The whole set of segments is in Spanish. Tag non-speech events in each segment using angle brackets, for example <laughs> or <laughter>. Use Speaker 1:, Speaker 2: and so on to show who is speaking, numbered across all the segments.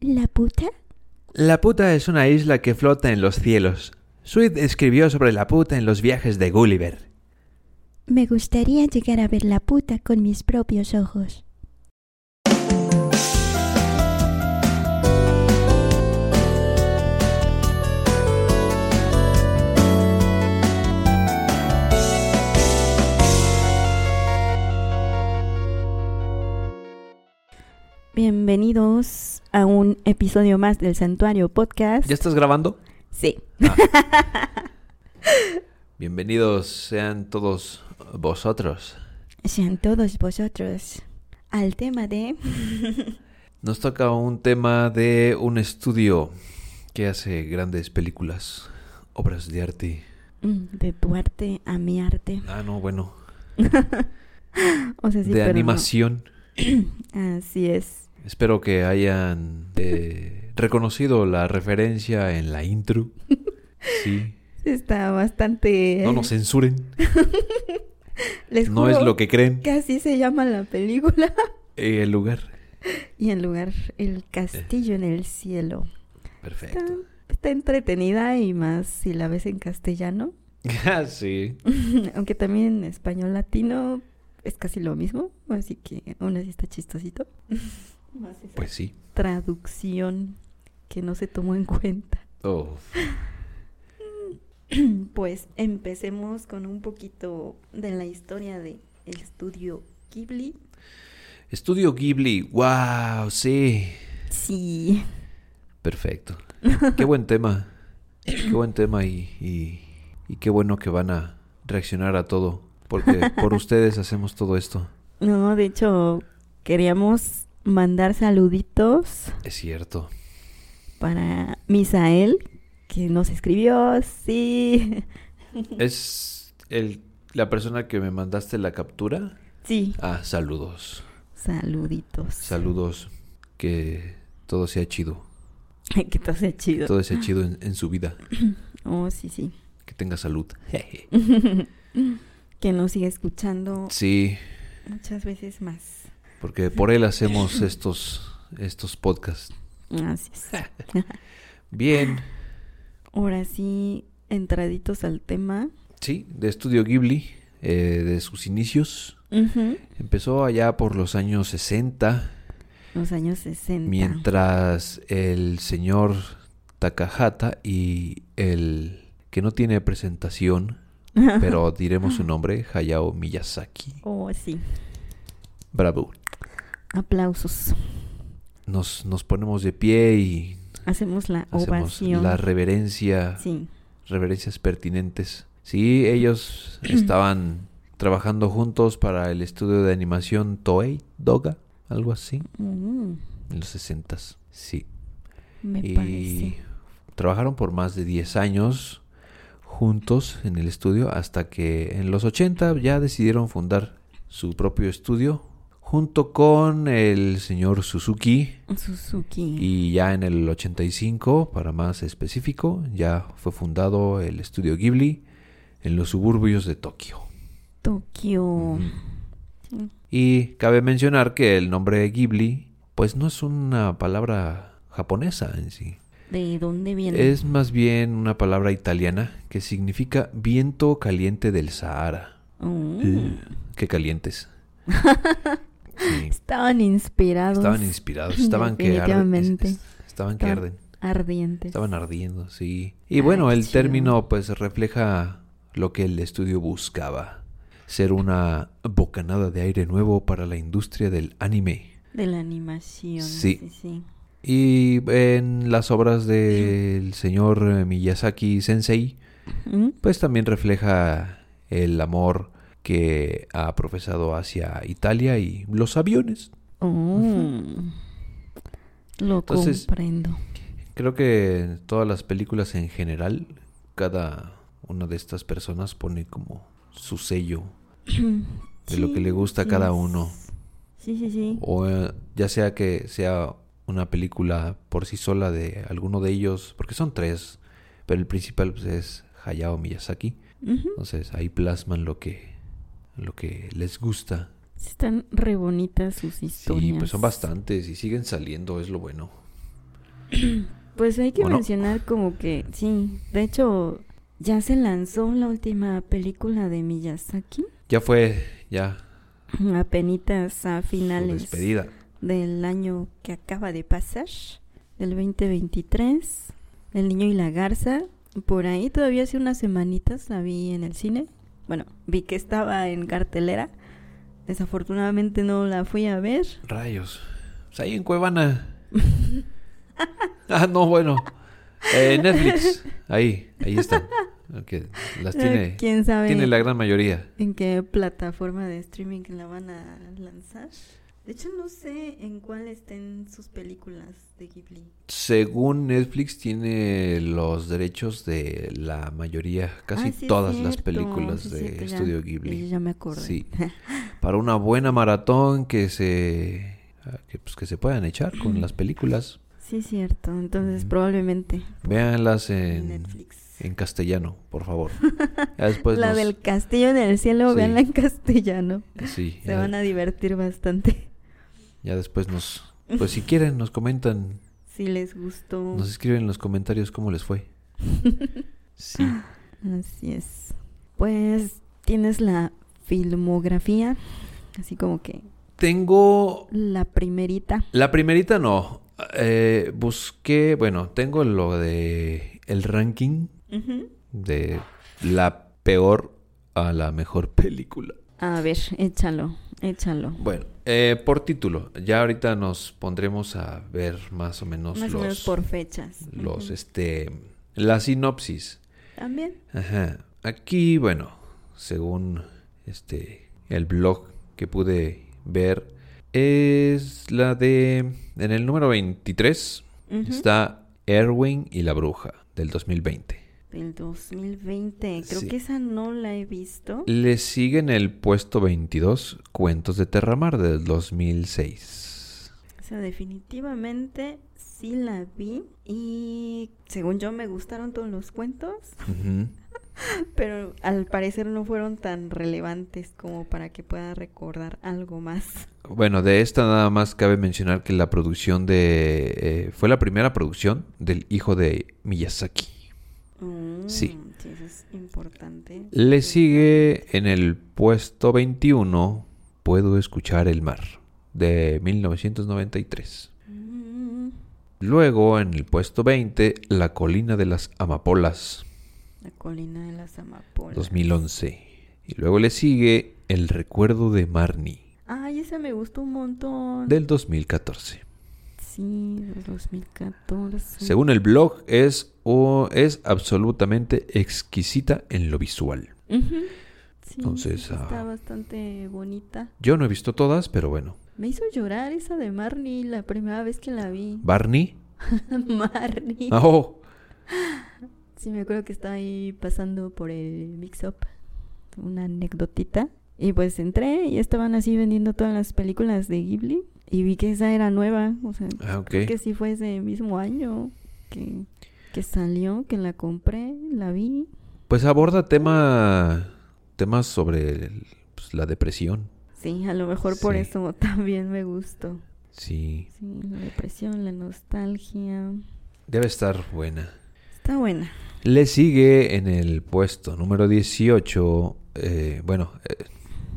Speaker 1: ¿La puta?
Speaker 2: La puta es una isla que flota en los cielos. Sweet escribió sobre la puta en los viajes de Gulliver.
Speaker 1: Me gustaría llegar a ver la puta con mis propios ojos. Bienvenidos a un episodio más del Santuario Podcast.
Speaker 2: ¿Ya estás grabando?
Speaker 1: Sí.
Speaker 2: Bienvenidos sean todos vosotros.
Speaker 1: Sean todos vosotros al tema de...
Speaker 2: Nos toca un tema de un estudio que hace grandes películas, obras de arte.
Speaker 1: Mm, de tu arte a mi arte.
Speaker 2: Ah, no, bueno,
Speaker 1: <laughs> O sea, sí,
Speaker 2: Ah. de
Speaker 1: pero no.
Speaker 2: animación.
Speaker 1: Así es.
Speaker 2: Espero que hayan eh, reconocido la referencia en la intro.
Speaker 1: <laughs>
Speaker 2: Sí,
Speaker 1: Está bastante...
Speaker 2: no nos censuren.
Speaker 1: Eh, Les
Speaker 2: No es
Speaker 1: juro
Speaker 2: lo que creen.
Speaker 1: que así se llama la película. <laughs>
Speaker 2: Eh, El lugar.
Speaker 1: Y en lugar,
Speaker 2: Eh.
Speaker 1: El Castillo en el Cielo. Está,
Speaker 2: Perfecto.
Speaker 1: está entretenida y más si la ves en castellano. <laughs>
Speaker 2: Ah, <laughs> sí.
Speaker 1: Aunque también en español latino es casi lo mismo. Así que aún así está chistosito. <laughs> Más esa
Speaker 2: Pues sí.
Speaker 1: traducción que no se tomó en cuenta.
Speaker 2: Oh,
Speaker 1: <clears throat> Pues empecemos con un poquito de la historia de el estudio Ghibli.
Speaker 2: Estudio Ghibli, wow, sí.
Speaker 1: Sí.
Speaker 2: Perfecto. Qué buen tema. Qué buen tema y, y- y qué bueno que van a reaccionar a todo. Porque por ustedes hacemos todo esto.
Speaker 1: No, de hecho, queríamos mandar saluditos
Speaker 2: Es cierto.
Speaker 1: para Misael, que nos escribió, sí. <laughs>
Speaker 2: ¿Es el, la persona que me mandaste la captura?
Speaker 1: Sí,
Speaker 2: Ah, saludos.
Speaker 1: saluditos.
Speaker 2: Saludos. Que todo sea chido.
Speaker 1: Ay, que todo sea
Speaker 2: Que
Speaker 1: chido.
Speaker 2: todo sea chido en, en su vida.
Speaker 1: Oh, sí, sí. <laughs>
Speaker 2: Que tenga salud.
Speaker 1: que nos siga escuchando
Speaker 2: Sí,
Speaker 1: muchas veces más.
Speaker 2: porque por él hacemos estos, estos podcasts.
Speaker 1: Así es.
Speaker 2: Bien.
Speaker 1: Ahora sí, entraditos al tema.
Speaker 2: Sí, de Estudio Ghibli, eh, de sus inicios.
Speaker 1: Ujú.
Speaker 2: Empezó allá por los años 60,
Speaker 1: Los años 60. <laughs>
Speaker 2: mientras el señor Takahata y el que no tiene presentación, pero diremos su nombre, Hayao Miyazaki.
Speaker 1: Oh, sí.
Speaker 2: Bravo.
Speaker 1: Aplausos.
Speaker 2: Nos, nos ponemos de pie y
Speaker 1: Hacemos la
Speaker 2: hacemos
Speaker 1: ovación.
Speaker 2: la reverencia,
Speaker 1: Sí.
Speaker 2: reverencias pertinentes.
Speaker 1: <clears throat>
Speaker 2: Sí, ellos estaban trabajando juntos para el estudio de animación Toei Doga, algo así.
Speaker 1: Mm,
Speaker 2: En los 60 sí.
Speaker 1: me
Speaker 2: y
Speaker 1: parece.
Speaker 2: trabajaron por más de 10 años juntos en el estudio hasta que en los 80 ya decidieron fundar su propio estudio junto con el señor Suzuki.
Speaker 1: Suzuki.
Speaker 2: Y ya en el 85, para más específico, ya fue fundado el estudio Ghibli en los suburbios de Tokio.
Speaker 1: Tokio.
Speaker 2: Ujú.
Speaker 1: Sí.
Speaker 2: Y cabe mencionar que el nombre Ghibli, pues no es una palabra japonesa en sí.
Speaker 1: ¿De dónde viene?
Speaker 2: Es más bien una palabra italiana que significa viento caliente del Sahara.
Speaker 1: Mm. <laughs>
Speaker 2: Qué calientes. Sí,
Speaker 1: Estaban inspirados.
Speaker 2: estaban inspirados, estaban que arden. es-
Speaker 1: Definitivamente.
Speaker 2: es- Estaban que
Speaker 1: Estaban
Speaker 2: arden,
Speaker 1: Ardientes.
Speaker 2: estaban ardiendo, sí. Y
Speaker 1: Ay,
Speaker 2: bueno,
Speaker 1: qué
Speaker 2: el
Speaker 1: chido.
Speaker 2: término pues refleja lo que el estudio buscaba. Ser una bocanada de aire nuevo para la industria del anime.
Speaker 1: De la animación.
Speaker 2: Sí.
Speaker 1: Sí, sí.
Speaker 2: Y en las obras del señor eh, Miyazaki Sensei,
Speaker 1: Mm,
Speaker 2: pues también refleja el amor que ha profesado hacia Italia y los aviones.
Speaker 1: oh. Lo
Speaker 2: Entonces-
Speaker 1: comprendo. <clears throat>
Speaker 2: Creo que todas las películas en general, cada una de estas personas pone como su sello de lo que le gusta a
Speaker 1: Sí,
Speaker 2: cada
Speaker 1: sí.
Speaker 2: uno.
Speaker 1: Sí, sí, sí.
Speaker 2: O eh, ya sea que sea una película por sí sola de alguno de ellos, porque son tres, pero el principal pues, es Hayao Miyazaki.
Speaker 1: Ujú.
Speaker 2: Entonces ahí plasman lo que, lo que les gusta. pues,
Speaker 1: Sí, Están re bonitas sus historias.
Speaker 2: Sí, pues son bastantes y siguen saliendo, es lo bueno.
Speaker 1: Pues hay que
Speaker 2: ¿O no?
Speaker 1: mencionar como que, sí, de hecho, ya se lanzó la última película de Miyazaki, <clears throat>
Speaker 2: Ya fue, ya,
Speaker 1: apenitas a
Speaker 2: su
Speaker 1: finales
Speaker 2: despedida.
Speaker 1: del año que acaba de pasar, del 2023, El Niño y la Garza. Por ahí todavía hace unas semanitas la vi en el cine. Bueno, vi que estaba en cartelera. Desafortunadamente no la fui a ver.
Speaker 2: Rayos. Pues ahí en Cuevana. <laughs> ah, no, bueno. Eh, Netflix. Ahí, ahí están. Ok, Las tiene,
Speaker 1: Eh, ¿Quién sabe
Speaker 2: tiene la gran mayoría.
Speaker 1: en qué plataforma de streaming la van a lanzar? De hecho, no sé en cuál estén sus películas de Ghibli.
Speaker 2: Según Netflix tiene los derechos de la mayoría, casi
Speaker 1: Ah, sí es
Speaker 2: todas las
Speaker 1: cierto,
Speaker 2: películas
Speaker 1: sí es
Speaker 2: de
Speaker 1: cierto, ya.
Speaker 2: Estudio Ghibli.
Speaker 1: Yo ya me acordé.
Speaker 2: Sí.
Speaker 1: <laughs>
Speaker 2: Para una buena maratón que se que, pues, que se puedan echar con las películas.
Speaker 1: Sí, es cierto. Entonces,
Speaker 2: Ujú.
Speaker 1: probablemente
Speaker 2: Véanlas
Speaker 1: en
Speaker 2: en,
Speaker 1: Netflix.
Speaker 2: en castellano, por
Speaker 1: <laughs>
Speaker 2: favor. Ya después
Speaker 1: la
Speaker 2: nos-
Speaker 1: del castillo en el cielo,
Speaker 2: Sí.
Speaker 1: veanla en castellano.
Speaker 2: sí,
Speaker 1: Se
Speaker 2: ya-
Speaker 1: van a divertir bastante. <laughs>
Speaker 2: Ya después nos... Pues si quieren,
Speaker 1: <laughs>
Speaker 2: nos comentan,
Speaker 1: Si les gustó.
Speaker 2: nos escriben en los comentarios cómo les fue. Sí.
Speaker 1: Así es. Pues tienes la filmografía, así como que
Speaker 2: Tengo...
Speaker 1: la primerita.
Speaker 2: La primerita no. Eh, busqué, bueno, tengo lo de el ranking de la peor a la mejor <laughs> película.
Speaker 1: A ver, échalo, échalo.
Speaker 2: Bueno, eh, por título. Ya ahorita nos pondremos a ver más o menos
Speaker 1: Más
Speaker 2: los...
Speaker 1: o menos por fechas.
Speaker 2: los,
Speaker 1: Ujú.
Speaker 2: este... La sinopsis.
Speaker 1: También.
Speaker 2: Ajá. Aquí, bueno, según este el blog que pude ver, es la de. En el número 23
Speaker 1: Ujú.
Speaker 2: está Erwin y la Bruja del 2020.
Speaker 1: Del 2020. Creo
Speaker 2: Sí.
Speaker 1: que esa no la he visto.
Speaker 2: Le sigue en el puesto 22 Cuentos de Terramar del 2006.
Speaker 1: O sea, definitivamente sí la vi y según yo me gustaron todos los cuentos, <laughs>
Speaker 2: Ujú.
Speaker 1: pero al parecer no fueron tan relevantes como para que pueda recordar algo más.
Speaker 2: Bueno, de esta nada más cabe mencionar que la producción de. eh, fue la primera producción del hijo de Miyazaki.
Speaker 1: Mm,
Speaker 2: Sí.
Speaker 1: eso es importante.
Speaker 2: Le sigue en el puesto 21 Puedo escuchar el mar de 1993.
Speaker 1: Mm,
Speaker 2: Luego en el puesto 20 La colina de las amapolas
Speaker 1: la colina de las amapolas.
Speaker 2: 2011. Y luego le sigue El recuerdo de Marnie
Speaker 1: Ay, esa me gustó un montón.
Speaker 2: del 2014.
Speaker 1: Sí, del 2014.
Speaker 2: Según el blog es o es absolutamente exquisita en lo visual.
Speaker 1: Ujú. Sí,
Speaker 2: Entonces,
Speaker 1: esa está
Speaker 2: ah.
Speaker 1: bastante bonita.
Speaker 2: Yo no he visto todas, pero bueno.
Speaker 1: Me hizo llorar esa de Marnie la primera vez que la vi.
Speaker 2: Barney.
Speaker 1: <laughs> Marnie.
Speaker 2: Ah, oh,
Speaker 1: Sí, me acuerdo que estaba ahí pasando por el mix-up, una anecdotita. Y pues entré y estaban así vendiendo todas las películas de Ghibli. Y vi que esa era nueva. O sea,
Speaker 2: Ah, ok.
Speaker 1: creo que sí fue ese mismo año que, que salió, que la compré, la vi.
Speaker 2: Pues aborda tema, temas sobre el- pues, la depresión.
Speaker 1: Sí, a lo mejor por
Speaker 2: Sí.
Speaker 1: eso también me gustó.
Speaker 2: Sí,
Speaker 1: Sí, la depresión, la nostalgia.
Speaker 2: debe estar buena.
Speaker 1: Está buena.
Speaker 2: Le sigue en el puesto número 18. eh, bueno, eh,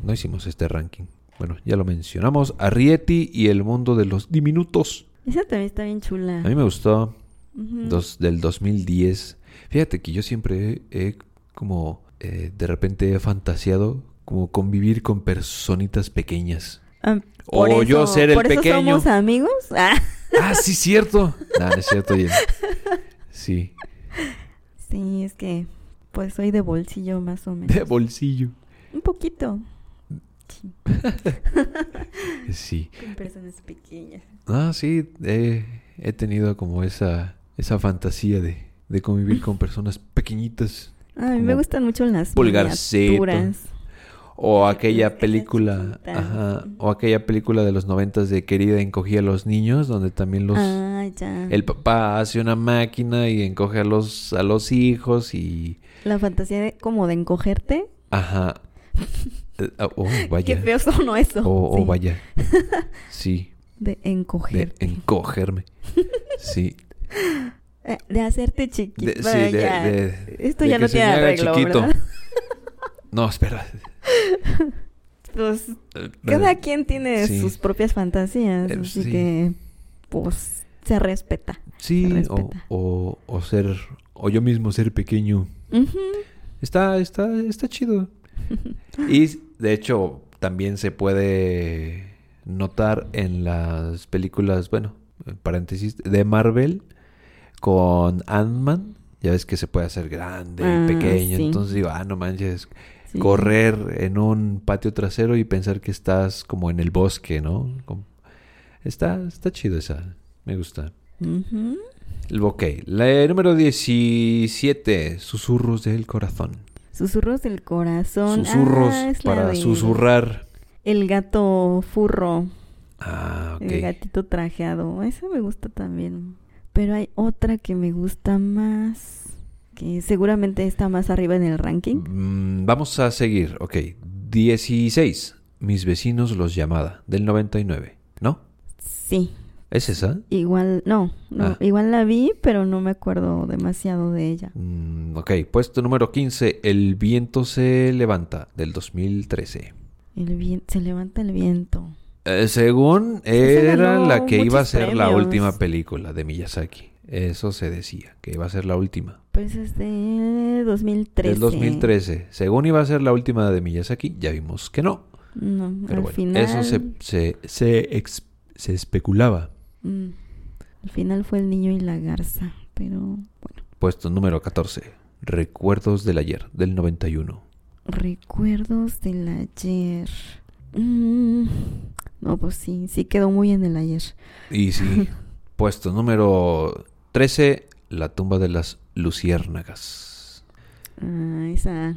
Speaker 2: no hicimos este ranking. Bueno, ya lo mencionamos. Arrietty y el mundo de los diminutos.
Speaker 1: Esa también está bien chula.
Speaker 2: A mí me gustó.
Speaker 1: Ujú.
Speaker 2: Dos, del 2010. Fíjate que yo siempre he, he como eh, de repente he fantaseado como convivir con personitas pequeñas.
Speaker 1: Ah,
Speaker 2: O
Speaker 1: por
Speaker 2: yo
Speaker 1: eso-
Speaker 2: ser el
Speaker 1: por eso
Speaker 2: pequeño.
Speaker 1: somos amigos? <laughs> Ah,
Speaker 2: Ah, sí, cierto. No, no es cierto, Jenny. Sí,
Speaker 1: sí, es que pues soy de bolsillo más o
Speaker 2: <laughs>
Speaker 1: menos.
Speaker 2: de bolsillo.
Speaker 1: Un poquito. Sí,
Speaker 2: <laughs> Sí.
Speaker 1: con personas pequeñas.
Speaker 2: Ah, sí, eh, he tenido como esa, esa fantasía de, de
Speaker 1: <laughs>
Speaker 2: convivir con personas pequeñitas.
Speaker 1: A mí me
Speaker 2: Como
Speaker 1: gustan mucho las
Speaker 2: pulgarcito.
Speaker 1: miniaturas.
Speaker 2: O
Speaker 1: Las
Speaker 2: aquella
Speaker 1: cajas
Speaker 2: película,
Speaker 1: chiquitas.
Speaker 2: ajá, o aquella película de los noventas de Querida encogía a los niños, donde también los...
Speaker 1: Ah, ya.
Speaker 2: El papá hace una máquina y encoge a los, a los hijos y...
Speaker 1: La fantasía de, como de encogerte. <laughs>
Speaker 2: Ajá. Eh, Oh,
Speaker 1: Qué
Speaker 2: vaya.
Speaker 1: feo sonó eso.
Speaker 2: Oh, oh,
Speaker 1: Sí, <laughs>
Speaker 2: vaya. Sí.
Speaker 1: De
Speaker 2: de
Speaker 1: encogerte.
Speaker 2: encogerme. Sí.
Speaker 1: Eh, De hacerte chiquito.
Speaker 2: De-
Speaker 1: Bueno,
Speaker 2: sí, de-
Speaker 1: ya.
Speaker 2: de-
Speaker 1: Esto
Speaker 2: de
Speaker 1: ya
Speaker 2: que
Speaker 1: no
Speaker 2: se
Speaker 1: tiene
Speaker 2: me haga
Speaker 1: arreglo, ¿verdad?
Speaker 2: <laughs> No, espera.
Speaker 1: Pues cada quien tiene
Speaker 2: sí.
Speaker 1: sus propias fantasías,
Speaker 2: Eh,
Speaker 1: así
Speaker 2: sí.
Speaker 1: que pues se respeta.
Speaker 2: Sí,
Speaker 1: Se
Speaker 2: o,
Speaker 1: respeta.
Speaker 2: o, o ser, o yo mismo ser pequeño.
Speaker 1: Ujú. <laughs>
Speaker 2: Está, está, está chido. Y de hecho, también se puede notar en las películas, bueno, en paréntesis, de Marvel con Ant-Man. Ya ves que se puede hacer grande
Speaker 1: Ah,
Speaker 2: y pequeño.
Speaker 1: sí.
Speaker 2: Entonces digo, ah, no manches,
Speaker 1: Sí.
Speaker 2: correr en un patio trasero y pensar que estás como en el bosque, ¿no? Como- Está, está chido esa. Me gusta.
Speaker 1: Ujú.
Speaker 2: Ok, la número 17, susurros del corazón.
Speaker 1: Susurros del corazón.
Speaker 2: Susurros
Speaker 1: Ah, es la
Speaker 2: para
Speaker 1: de
Speaker 2: susurrar.
Speaker 1: El gato furro,
Speaker 2: Ah,
Speaker 1: el
Speaker 2: ok.
Speaker 1: gatito trajeado. Esa me gusta también. Pero hay otra que me gusta más, que seguramente está más arriba en el ranking.
Speaker 2: Mm, vamos a seguir, ok. 16, mis vecinos los llamada, del 99, ¿no?
Speaker 1: Sí,
Speaker 2: ¿Es esa?
Speaker 1: igual, no, no,
Speaker 2: Ah.
Speaker 1: igual la vi, pero no me acuerdo demasiado de ella.
Speaker 2: Mm, ok, puesto número 15, el viento se levanta, del 2013.
Speaker 1: El vien- se levanta el viento.
Speaker 2: Eh, según
Speaker 1: se
Speaker 2: era
Speaker 1: ganó
Speaker 2: la que iba a
Speaker 1: muchos
Speaker 2: ser la
Speaker 1: premios.
Speaker 2: última película de Miyazaki. Eso se decía, que iba a ser la última.
Speaker 1: Pues es de 2013.
Speaker 2: Del 2013. Según iba a ser la última de Miyazaki, ya vimos que no.
Speaker 1: No,
Speaker 2: Pero
Speaker 1: al
Speaker 2: bueno,
Speaker 1: final.
Speaker 2: eso se, se, se, ex- se especulaba.
Speaker 1: mm, al final fue el niño y la garza. Pero bueno,
Speaker 2: Puesto número 14. Recuerdos del ayer, del 91.
Speaker 1: recuerdos del ayer. Mm, no, pues sí, sí quedó muy en el ayer. <laughs>
Speaker 2: Y sí. puesto número 13. La tumba de las luciérnagas.
Speaker 1: Ah, esa,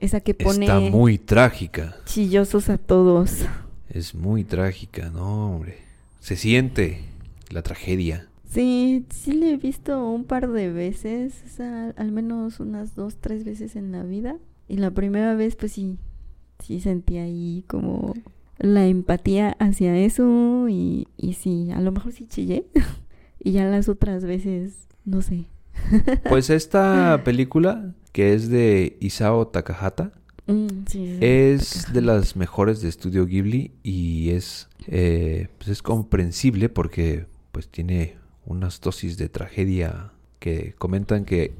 Speaker 1: esa que pone
Speaker 2: Está muy trágica.
Speaker 1: chillosos a todos.
Speaker 2: Es muy trágica, no, hombre. Se siente la tragedia.
Speaker 1: Sí, sí le he visto un par de veces, o sea, al menos unas dos, tres veces en la vida. Y la primera vez, pues sí, sí sentí ahí como la empatía hacia eso y, y sí, a lo mejor sí chillé. <laughs> y ya las otras veces, no sé.
Speaker 2: Pues esta película, que es de Isao Takahata,
Speaker 1: Mm, sí, sí,
Speaker 2: Es
Speaker 1: acá.
Speaker 2: de las mejores de estudio Ghibli y es, eh, pues es comprensible porque pues tiene unas dosis de tragedia que comentan que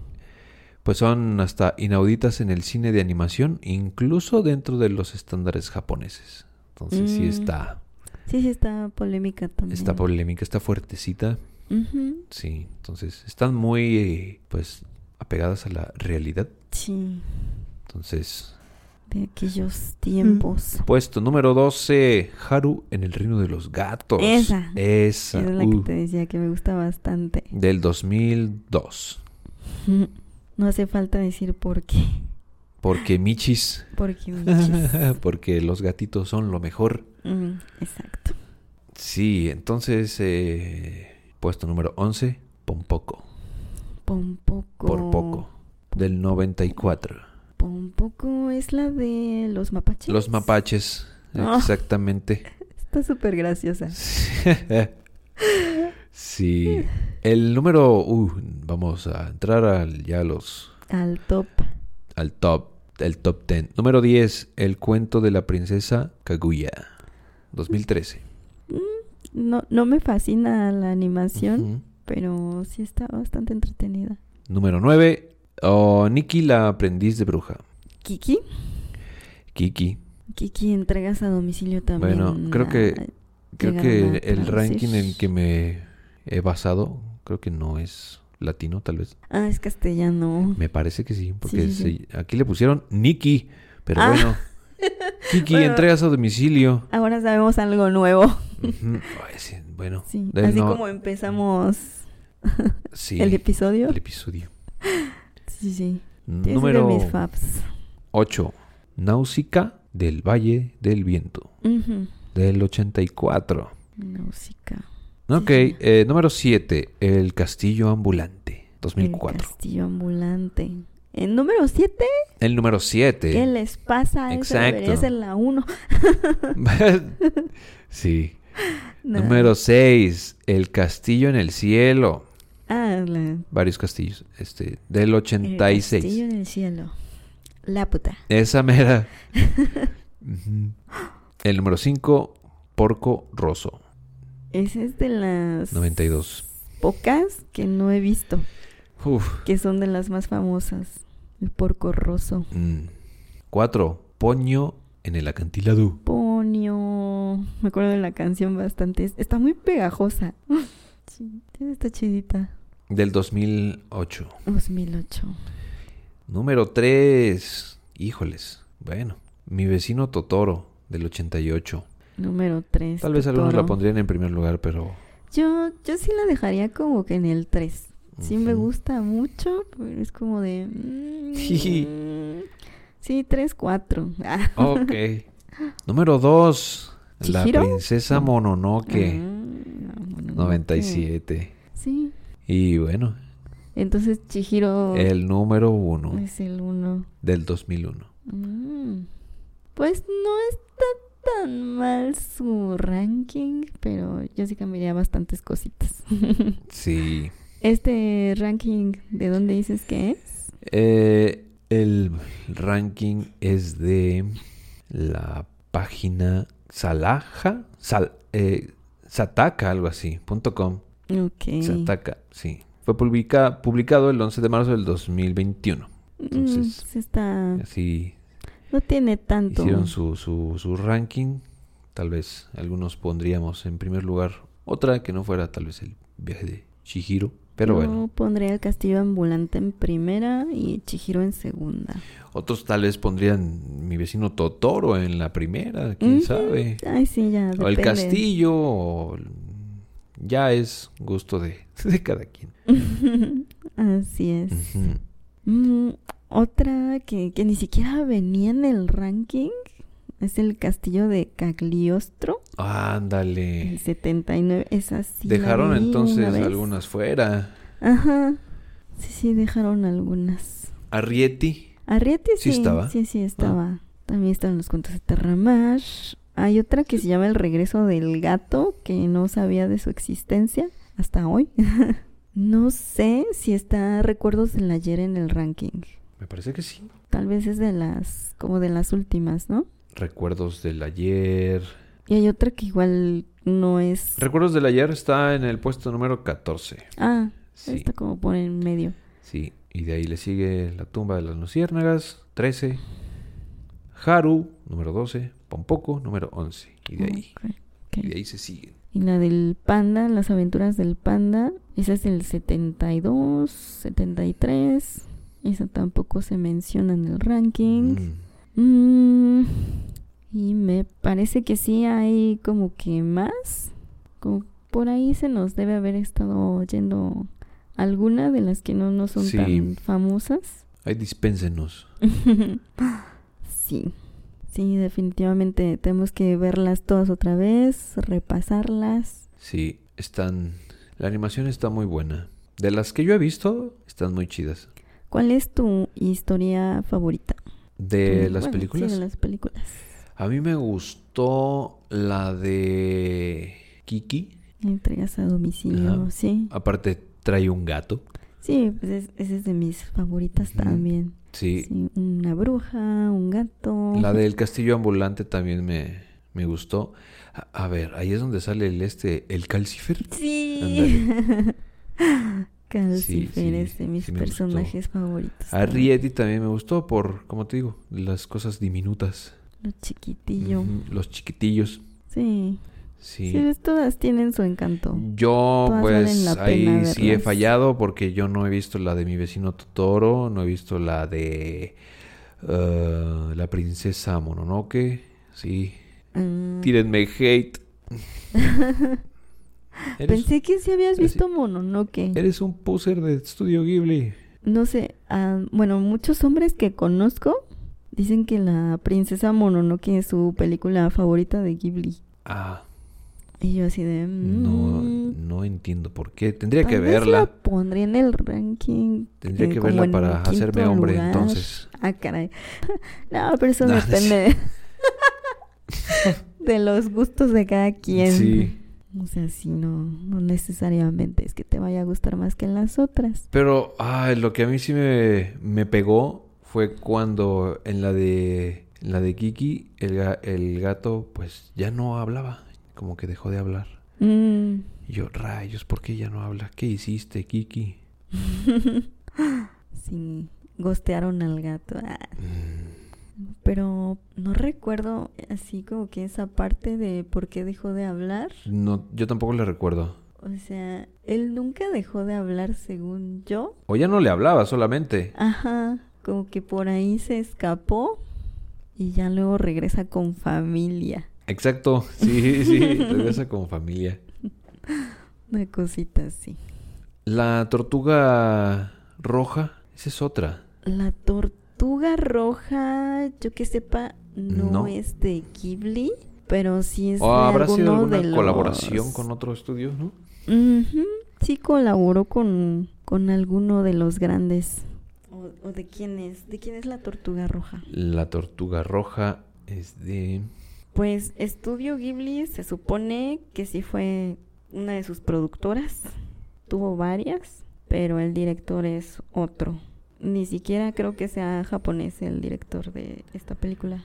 Speaker 2: pues son hasta inauditas en el cine de animación, incluso dentro de los estándares japoneses. Entonces sí
Speaker 1: Mm.
Speaker 2: está,
Speaker 1: Sí, sí, está polémica también.
Speaker 2: está polémica, está fuertecita.
Speaker 1: Ujú,
Speaker 2: Sí, entonces están muy pues apegadas a la realidad.
Speaker 1: Sí,
Speaker 2: Entonces,
Speaker 1: de aquellos tiempos.
Speaker 2: Puesto número 12, Haru en el reino de los gatos.
Speaker 1: Esa. Esa
Speaker 2: Esa.
Speaker 1: es la
Speaker 2: uh,
Speaker 1: que te decía que me gusta bastante. <laughs>
Speaker 2: Del 2002.
Speaker 1: No hace falta decir por qué. <laughs>
Speaker 2: Porque Michis.
Speaker 1: Porque
Speaker 2: <laughs>
Speaker 1: bichis.
Speaker 2: porque los gatitos son lo mejor.
Speaker 1: Mm, exacto.
Speaker 2: Sí, entonces, eh, puesto número 11, Pompoco.
Speaker 1: Pon poco.
Speaker 2: Por poco. Del 94.
Speaker 1: Pon poco es la de los mapaches.
Speaker 2: Los mapaches.
Speaker 1: Ah.
Speaker 2: Exactamente.
Speaker 1: Está súper graciosa.
Speaker 2: Sí. El número. uh, vamos a entrar al, ya a los
Speaker 1: Al top.
Speaker 2: al top, el top 10. Número 10, El cuento de la princesa Kaguya, 2013.
Speaker 1: No, no me fascina la animación,
Speaker 2: Ujú.
Speaker 1: pero sí está bastante entretenida.
Speaker 2: Número 9, oh, Nikki la aprendiz de bruja,
Speaker 1: Kiki.
Speaker 2: Kiki.
Speaker 1: Kiki entregas a domicilio también.
Speaker 2: Bueno, creo
Speaker 1: la-
Speaker 2: que- Creo
Speaker 1: Llegaron
Speaker 2: que
Speaker 1: a
Speaker 2: el ranking en el
Speaker 1: traducir.
Speaker 2: que me he basado, creo que no es latino, tal vez.
Speaker 1: Ah, es castellano.
Speaker 2: Me parece que sí, porque
Speaker 1: Sí, sí, sí.
Speaker 2: se- aquí le pusieron Nikki, pero
Speaker 1: Ah. <laughs>
Speaker 2: bueno. Kiki,
Speaker 1: Bueno.
Speaker 2: entregas a domicilio.
Speaker 1: Ahora sabemos algo nuevo. <laughs>
Speaker 2: Ujú. Ay, sí, bueno,
Speaker 1: Sí,
Speaker 2: del
Speaker 1: así
Speaker 2: no-
Speaker 1: como empezamos
Speaker 2: sí,
Speaker 1: el episodio.
Speaker 2: el episodio.
Speaker 1: Sí, sí. Es
Speaker 2: Número
Speaker 1: de mis faps.
Speaker 2: 8. Náusica del Valle del Viento,
Speaker 1: Ujú.
Speaker 2: del 84.
Speaker 1: Náusica.
Speaker 2: Ok,
Speaker 1: Sí.
Speaker 2: eh, número 7. El Castillo Ambulante,
Speaker 1: El
Speaker 2: 2004.
Speaker 1: castillo ambulante. En número 7,
Speaker 2: El, número
Speaker 1: ¿qué
Speaker 2: <laughs> 7.
Speaker 1: les pasa? Esa debería
Speaker 2: Exacto.
Speaker 1: ser la <laughs> 1.
Speaker 2: sí. Número 6. El Castillo en el Cielo,
Speaker 1: Ah, la,
Speaker 2: Varios castillos. Este, del
Speaker 1: el
Speaker 2: 86.
Speaker 1: castillo del cielo. La puta. <laughs>
Speaker 2: Esa mera. Ujú. El número 5, Porco Rosso,
Speaker 1: Esa es de las
Speaker 2: 92.
Speaker 1: pocas que no he visto,
Speaker 2: Uf.
Speaker 1: que son de las más famosas. El porco rosso.
Speaker 2: 4, mm. Poño en el acantilado.
Speaker 1: Ponio. Me acuerdo de la canción bastante. Es- Está muy pegajosa. <laughs> Sí, está chidita.
Speaker 2: Del 2008.
Speaker 1: 2008.
Speaker 2: Número 3, híjoles. Bueno, Mi vecino Totoro, del 88.
Speaker 1: Número 3.
Speaker 2: Tal vez algunos la pondrían en primer lugar, pero...
Speaker 1: Yo, yo sí la dejaría como que en el 3. Sí me
Speaker 2: ujú.
Speaker 1: gusta mucho, pero es como de... mm, sí, Ah, 3, <laughs> 4.
Speaker 2: Ok. Número 2, La
Speaker 1: <laughs> ¿Chihiro? Ah.
Speaker 2: Princesa
Speaker 1: No.
Speaker 2: Mononoke, 97.
Speaker 1: Sí.
Speaker 2: Y bueno,
Speaker 1: Entonces Chihiro
Speaker 2: el número 1.
Speaker 1: es el 1.
Speaker 2: del 2001.
Speaker 1: Pues no está tan mal su ranking, pero yo sí cambiaría bastantes cositas.
Speaker 2: Sí.
Speaker 1: este ranking, ¿de dónde dices que es?
Speaker 2: Eh, el ranking es de la página Salaja, Sal, eh, Sataka, algo así, punto .com.
Speaker 1: Ok.
Speaker 2: Sataka, sí. Fue publica- publicado el 11 de marzo del 2021.
Speaker 1: Mm,
Speaker 2: entonces, eh,
Speaker 1: sí está...
Speaker 2: Así
Speaker 1: No tiene tanto.
Speaker 2: hicieron su, su, su ranking. Tal vez algunos pondríamos en primer lugar otra que no fuera tal vez el viaje de Shihiro. Pero
Speaker 1: Yo
Speaker 2: bueno,
Speaker 1: pondría el castillo ambulante en primera y Chihiro en segunda.
Speaker 2: Otros tal vez pondrían mi vecino Totoro en la primera, quién
Speaker 1: Ujú.
Speaker 2: sabe.
Speaker 1: Ay, sí, ya.
Speaker 2: O el
Speaker 1: depende.
Speaker 2: castillo, o el- ya es gusto de, <laughs> de cada quien.
Speaker 1: <laughs> Así es.
Speaker 2: Ujú.
Speaker 1: Mm, otra que, que ni siquiera venía en el ranking es el castillo de Cagliostro, el
Speaker 2: Ándale.
Speaker 1: 79. Esa sí. la
Speaker 2: Dejaron
Speaker 1: vi una
Speaker 2: entonces
Speaker 1: vez.
Speaker 2: algunas fuera.
Speaker 1: Ajá. Sí, sí, dejaron algunas.
Speaker 2: Arrieti.
Speaker 1: Arriete
Speaker 2: Sí
Speaker 1: sí.
Speaker 2: estaba. Ah.
Speaker 1: Sí, sí, estaba. También estaban los cuentos de Terramash. Hay otra que se llama El regreso del gato, que no sabía de su existencia hasta hoy. <laughs> no sé si está Recuerdos del ayer en el ranking.
Speaker 2: Me parece que sí.
Speaker 1: Tal vez es de las, como de las últimas, ¿no?
Speaker 2: Recuerdos del ayer.
Speaker 1: Y hay otra que igual no es.
Speaker 2: Recuerdos del ayer está en el puesto número 14.
Speaker 1: Ah,
Speaker 2: Sí.
Speaker 1: está como por en medio.
Speaker 2: Sí, y de ahí le sigue La tumba de las luciérnagas, 13. Haru, número 12. Pompoco, número 11. Y de ahí,
Speaker 1: Ok, ok.
Speaker 2: y de ahí se siguen.
Speaker 1: Y la del panda, las aventuras del panda, esa es el 72, 73. Esa tampoco se menciona en el ranking.
Speaker 2: Mm.
Speaker 1: Mm, y me parece que sí hay como que más. Como por ahí se nos debe haber estado yendo alguna de las que no, no son
Speaker 2: Sí.
Speaker 1: tan famosas. <laughs>
Speaker 2: Ahí dispénsenos.
Speaker 1: sí, sí, definitivamente tenemos que verlas todas otra vez, repasarlas.
Speaker 2: Sí, están. La animación está muy buena. De las que yo he visto, están muy chidas.
Speaker 1: ¿Cuál es tu historia favorita?
Speaker 2: De
Speaker 1: Tu-
Speaker 2: las
Speaker 1: bueno,
Speaker 2: películas.
Speaker 1: Sí, de las películas.
Speaker 2: A mí me gustó la de Kiki.
Speaker 1: Entregas a domicilio,
Speaker 2: Ajá.
Speaker 1: sí.
Speaker 2: Aparte, trae un gato.
Speaker 1: Sí, pues es, esa es de mis favoritas
Speaker 2: Ujú.
Speaker 1: también.
Speaker 2: Sí.
Speaker 1: Sí, una bruja, un gato.
Speaker 2: La del castillo ambulante también me, me gustó. A, a ver, ahí es donde sale el este, el calcifer.
Speaker 1: <laughs> Sí.
Speaker 2: Sí, sí,
Speaker 1: <laughs> Calcifer es de mis
Speaker 2: sí me gustó.
Speaker 1: personajes favoritos.
Speaker 2: A Rieti también me gustó por, como te digo, las cosas diminutas.
Speaker 1: Lo chiquitillo.
Speaker 2: Ujú, Los chiquitillos.
Speaker 1: Sí.
Speaker 2: Sí.
Speaker 1: Sí, ves, todas tienen su encanto.
Speaker 2: Yo
Speaker 1: Todas
Speaker 2: pues
Speaker 1: valen la
Speaker 2: ahí
Speaker 1: pena
Speaker 2: sí he
Speaker 1: verlas.
Speaker 2: fallado porque yo no he visto la de mi vecino Totoro, no he visto la de eh, la princesa Mononoke. Sí.
Speaker 1: Ah, <laughs>
Speaker 2: Tírenme hate. eres,
Speaker 1: Ah, Pensé que sí habías
Speaker 2: eres-
Speaker 1: visto Mononoke.
Speaker 2: eres un poser de Estudio Ghibli.
Speaker 1: No sé, ah, bueno, muchos hombres que conozco dicen que la princesa Mononoke es su película favorita de Ghibli.
Speaker 2: Ah,
Speaker 1: Y yo así de...
Speaker 2: no,
Speaker 1: mm,
Speaker 2: no entiendo por qué. Tendría que
Speaker 1: tal vez
Speaker 2: verla.
Speaker 1: La pondría en el ranking.
Speaker 2: Tendría
Speaker 1: eh,
Speaker 2: que
Speaker 1: como
Speaker 2: verla
Speaker 1: en
Speaker 2: para
Speaker 1: quinto
Speaker 2: hacerme hombre
Speaker 1: lugar.
Speaker 2: entonces.
Speaker 1: <laughs> Ah, caray. No, pero eso
Speaker 2: <laughs> No, no es
Speaker 1: depende de los gustos de cada quien.
Speaker 2: Sí.
Speaker 1: O sea, si no, no necesariamente es que te vaya a gustar más que en las otras.
Speaker 2: Pero ay, lo que a mí sí me, me pegó fue cuando en la de en la de Kiki el, ga- el gato pues ya no hablaba, como que dejó de hablar.
Speaker 1: Mm.
Speaker 2: Y yo, rayos, ¿por qué ya no habla? ¿Qué hiciste, Kiki?
Speaker 1: sí, gostearon al gato. Ah.
Speaker 2: Mm,
Speaker 1: Pero no recuerdo así como que esa parte de por qué dejó de hablar.
Speaker 2: No, yo tampoco le recuerdo.
Speaker 1: O sea, él nunca dejó de hablar según yo.
Speaker 2: O ya no le hablaba solamente.
Speaker 1: Ajá, como que por ahí se escapó y ya luego regresa con familia.
Speaker 2: Exacto, <laughs> sí, sí, regresa con familia.
Speaker 1: Una cosita así.
Speaker 2: La tortuga roja, esa es otra.
Speaker 1: La tortuga roja, yo que sepa, no,
Speaker 2: No.
Speaker 1: es de Ghibli, pero sí es
Speaker 2: ¿O
Speaker 1: de
Speaker 2: habrá
Speaker 1: alguno
Speaker 2: sido alguna
Speaker 1: de los-
Speaker 2: colaboración con otro estudio, no?
Speaker 1: Ujú, Sí colaboró con, con alguno de los grandes. ¿O, o de quién es? ¿De quién es la tortuga roja?
Speaker 2: La tortuga roja es de...
Speaker 1: Pues Estudio Ghibli se supone que sí fue una de sus productoras. Tuvo varias, pero el director es otro. Ni siquiera creo que sea japonés el director de esta película.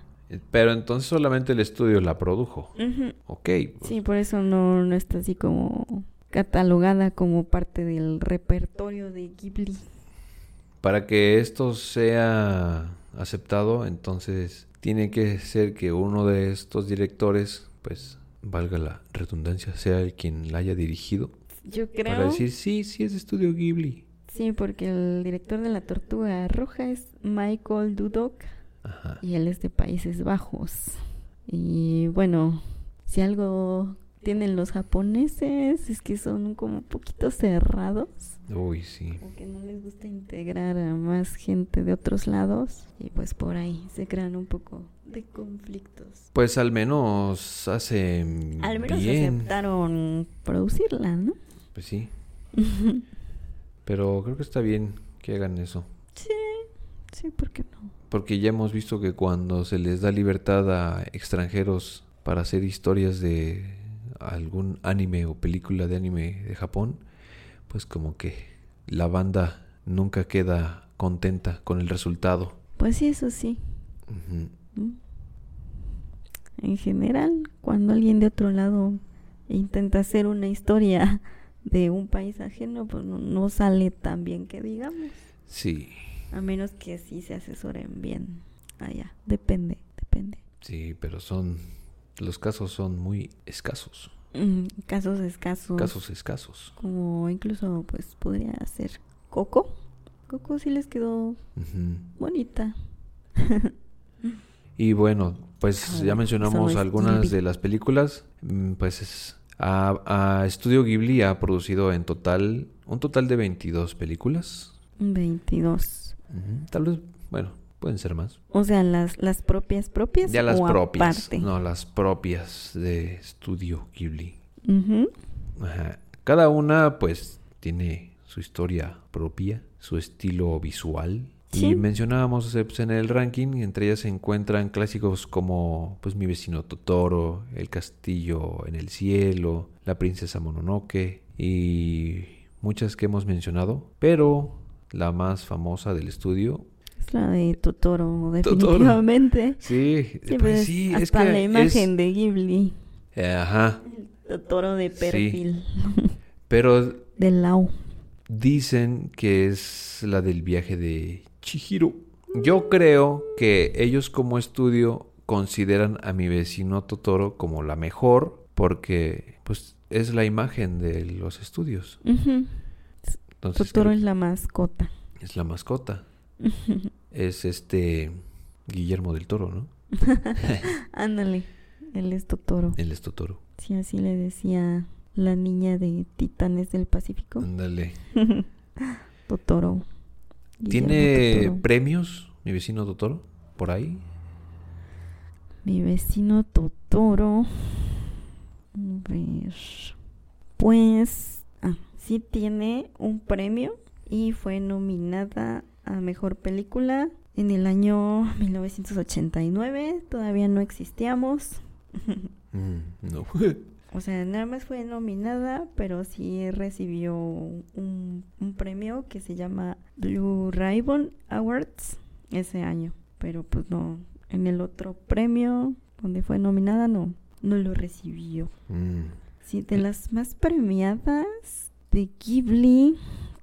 Speaker 2: Pero entonces solamente el estudio la produjo.
Speaker 1: Ujú.
Speaker 2: Ok.
Speaker 1: Sí, por eso no, no está así como catalogada como parte del repertorio de Ghibli.
Speaker 2: Para que esto sea aceptado, entonces tiene que ser que uno de estos directores, pues, valga la redundancia, sea el quien la haya dirigido.
Speaker 1: Yo creo.
Speaker 2: Para decir, sí, sí es de estudio Ghibli.
Speaker 1: Sí, porque el director de La Tortuga Roja es Michael Dudok
Speaker 2: Ajá.
Speaker 1: y él es de Países Bajos. Y bueno, si algo tienen los japoneses es que son como un poquito cerrados,
Speaker 2: Uy, sí.
Speaker 1: o que no les gusta integrar a más gente de otros lados y pues por ahí se crean un poco de conflictos.
Speaker 2: Pues al menos hace
Speaker 1: Al menos
Speaker 2: Mm, bien.
Speaker 1: aceptaron producirla, ¿no? <laughs>
Speaker 2: Pues sí. Pero creo que está bien que hagan eso.
Speaker 1: sí, sí, ¿por qué no?
Speaker 2: Porque ya hemos visto que cuando se les da libertad a extranjeros para hacer historias de algún anime o película de anime de Japón, pues como que la banda nunca queda contenta con el resultado.
Speaker 1: Pues sí, eso sí.
Speaker 2: Ujú.
Speaker 1: ¿no? En general, cuando alguien de otro lado intenta hacer una historia de un país ajeno, pues no, no sale tan bien que digamos,
Speaker 2: Sí,
Speaker 1: a menos que sí se asesoren bien allá. Depende, depende.
Speaker 2: sí, pero son... Los casos son muy escasos.
Speaker 1: Mm, casos escasos.
Speaker 2: Casos escasos.
Speaker 1: Como incluso, pues podría ser Coco. Coco sí les quedó
Speaker 2: Ujú.
Speaker 1: bonita. <laughs>
Speaker 2: Y bueno, pues
Speaker 1: Ah,
Speaker 2: ya
Speaker 1: eso
Speaker 2: mencionamos
Speaker 1: es
Speaker 2: algunas
Speaker 1: Ghibli.
Speaker 2: de las películas. Mm, Pues es- a, a Estudio Ghibli ha producido en total un total de 22 películas.
Speaker 1: 22.
Speaker 2: Ujú, Tal vez, bueno, pueden ser más.
Speaker 1: O sea, las, las propias propias.
Speaker 2: Ya las
Speaker 1: o
Speaker 2: propias.
Speaker 1: aparte?
Speaker 2: No, las propias de Estudio Ghibli.
Speaker 1: Ujú.
Speaker 2: Ajá. Cada una pues tiene su historia propia, su estilo visual.
Speaker 1: Sí.
Speaker 2: Y mencionábamos eh, pues, en el ranking, entre ellas se encuentran clásicos como pues Mi vecino Totoro, El castillo en el cielo, La princesa Mononoke y muchas que hemos mencionado, pero la más famosa del estudio.
Speaker 1: Es la de Totoro,
Speaker 2: Totoro.
Speaker 1: definitivamente.
Speaker 2: Sí,
Speaker 1: Sí,
Speaker 2: pues,
Speaker 1: pues,
Speaker 2: sí, es
Speaker 1: hasta
Speaker 2: que
Speaker 1: la imagen
Speaker 2: es-
Speaker 1: de Ghibli.
Speaker 2: eh, ajá,
Speaker 1: Totoro de
Speaker 2: Sí. <laughs>
Speaker 1: perfil.
Speaker 2: pero
Speaker 1: de Lao.
Speaker 2: Dicen que es la del viaje de Chihiro. Yo creo que ellos como estudio consideran a mi vecino Totoro como la mejor porque pues es la imagen de los estudios.
Speaker 1: Ujú.
Speaker 2: Entonces
Speaker 1: Totoro
Speaker 2: creo
Speaker 1: es la mascota. <laughs>
Speaker 2: que es la mascota. Es este Guillermo del Toro, ¿no?
Speaker 1: Ándale, él es Totoro.
Speaker 2: Él es Totoro.
Speaker 1: Sí, así le decía la niña de Titanes del Pacífico.
Speaker 2: Ándale.
Speaker 1: Totoro. Guillermo
Speaker 2: ¿Tiene
Speaker 1: Totoro.
Speaker 2: premios mi vecino Totoro por ahí?
Speaker 1: Mi vecino Totoro. A ver. Pues. Ah, sí tiene un premio y fue nominada a mejor película en el año 1989. Todavía no existíamos.
Speaker 2: <laughs> Mm, no.
Speaker 1: O sea, nada más fue nominada, pero sí recibió un, un premio que se llama Blue Ribbon Awards ese año. Pero pues no, en el otro premio donde fue nominada no, no lo recibió.
Speaker 2: Mm.
Speaker 1: Sí, de las más premiadas de Ghibli,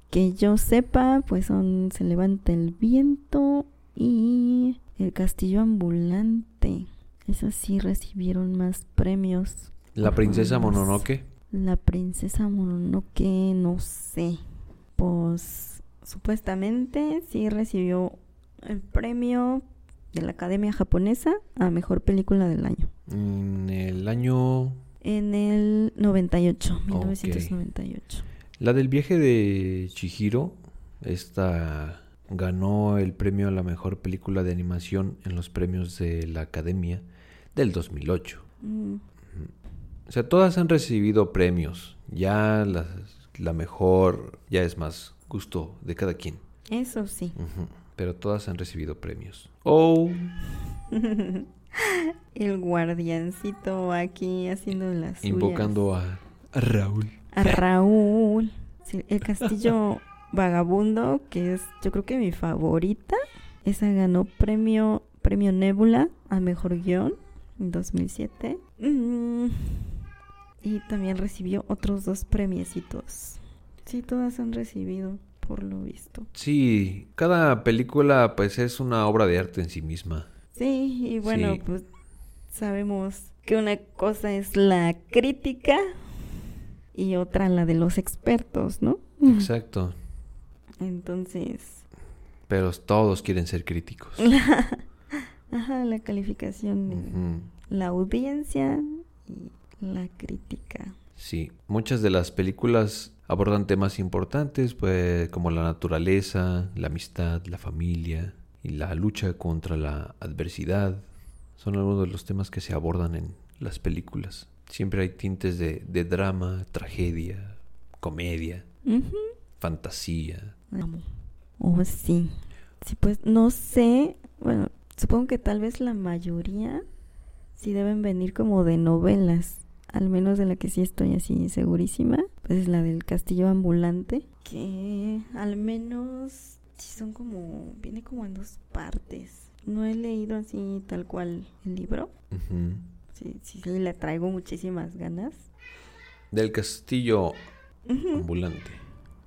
Speaker 1: que yo sepa, pues son Se levanta el viento y El castillo ambulante. Esas sí recibieron más premios.
Speaker 2: La princesa
Speaker 1: Pues,
Speaker 2: Mononoke.
Speaker 1: La princesa Mononoke, no sé. Pues supuestamente sí recibió el premio de la Academia Japonesa a Mejor Película del Año.
Speaker 2: En el año...
Speaker 1: En el 98,
Speaker 2: Ok.
Speaker 1: 1998.
Speaker 2: La del viaje de Chihiro. Esta ganó el premio a la mejor película de animación en los premios de la Academia del 2008.
Speaker 1: Mm,
Speaker 2: O sea, todas han recibido premios. Ya las- la mejor ya es más gusto de cada quien.
Speaker 1: Eso sí. <laughs>
Speaker 2: Ujú. Pero todas han recibido premios. Oh,
Speaker 1: El guardiancito aquí haciendo las suyas.
Speaker 2: invocando a, a Raúl.
Speaker 1: a Raúl. Sí, el castillo <laughs> vagabundo, que es yo creo que mi favorita. Esa ganó premio premio Nebula a mejor guión en 2007. Mm, Y también recibió otros dos premiecitos. Sí, todas han recibido, por lo visto.
Speaker 2: Sí, cada película pues es una obra de arte en sí misma.
Speaker 1: Sí, y bueno,
Speaker 2: Sí.
Speaker 1: pues sabemos que una cosa es la crítica y otra la de los expertos, ¿no?
Speaker 2: Exacto.
Speaker 1: Entonces,
Speaker 2: Pero todos quieren ser críticos.
Speaker 1: <laughs> ajá, la calificación, de
Speaker 2: Ujú.
Speaker 1: la audiencia y la crítica.
Speaker 2: Sí, muchas de las películas abordan temas importantes, pues como la naturaleza, la amistad, la familia y la lucha contra la adversidad. Son algunos de los temas que se abordan en las películas. Siempre hay tintes de, de drama, tragedia, comedia,
Speaker 1: Ujú.
Speaker 2: fantasía.
Speaker 1: Amo. Oh, sí. Sí, pues no sé. Bueno, supongo que tal vez la mayoría sí deben venir como de novelas. Al menos de la que sí estoy así segurísima. Pues es la del castillo ambulante. Que al menos sí son como. Viene como en dos partes. No he leído así tal cual el libro.
Speaker 2: Ujú.
Speaker 1: Sí, sí, sí, le traigo muchísimas ganas.
Speaker 2: Del castillo
Speaker 1: Ujú.
Speaker 2: ambulante.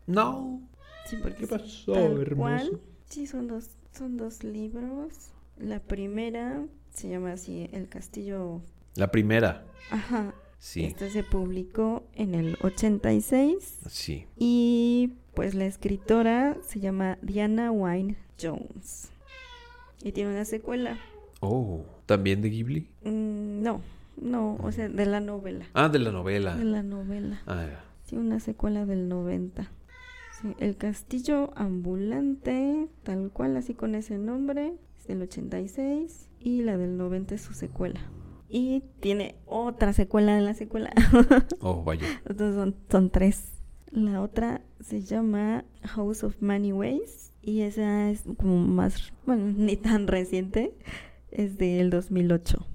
Speaker 2: No.
Speaker 1: Sí, porque
Speaker 2: ¿Qué
Speaker 1: es
Speaker 2: pasó,
Speaker 1: tal
Speaker 2: hermoso?
Speaker 1: cual. Sí, son dos, son dos libros. La primera se llama así El Castillo.
Speaker 2: La primera.
Speaker 1: Ajá.
Speaker 2: Sí,
Speaker 1: Esta se publicó en el 86
Speaker 2: sí.
Speaker 1: y pues la escritora se llama Diana Wynne Jones. Y tiene una secuela.
Speaker 2: Oh, ¿también de Ghibli?
Speaker 1: Mm, no, no, o sea, de la novela.
Speaker 2: Ah, de la novela.
Speaker 1: De la novela.
Speaker 2: Ah, ya.
Speaker 1: Sí, una secuela del 90. Sí, el castillo ambulante, tal cual, así con ese nombre, es del 86 y la del 90 es su secuela. Y tiene otra secuela en la secuela. <laughs>
Speaker 2: Oh, vaya.
Speaker 1: Entonces son, son tres. La otra se llama House of Many Ways y esa es como más, bueno, <laughs> ni tan reciente, es del 2008.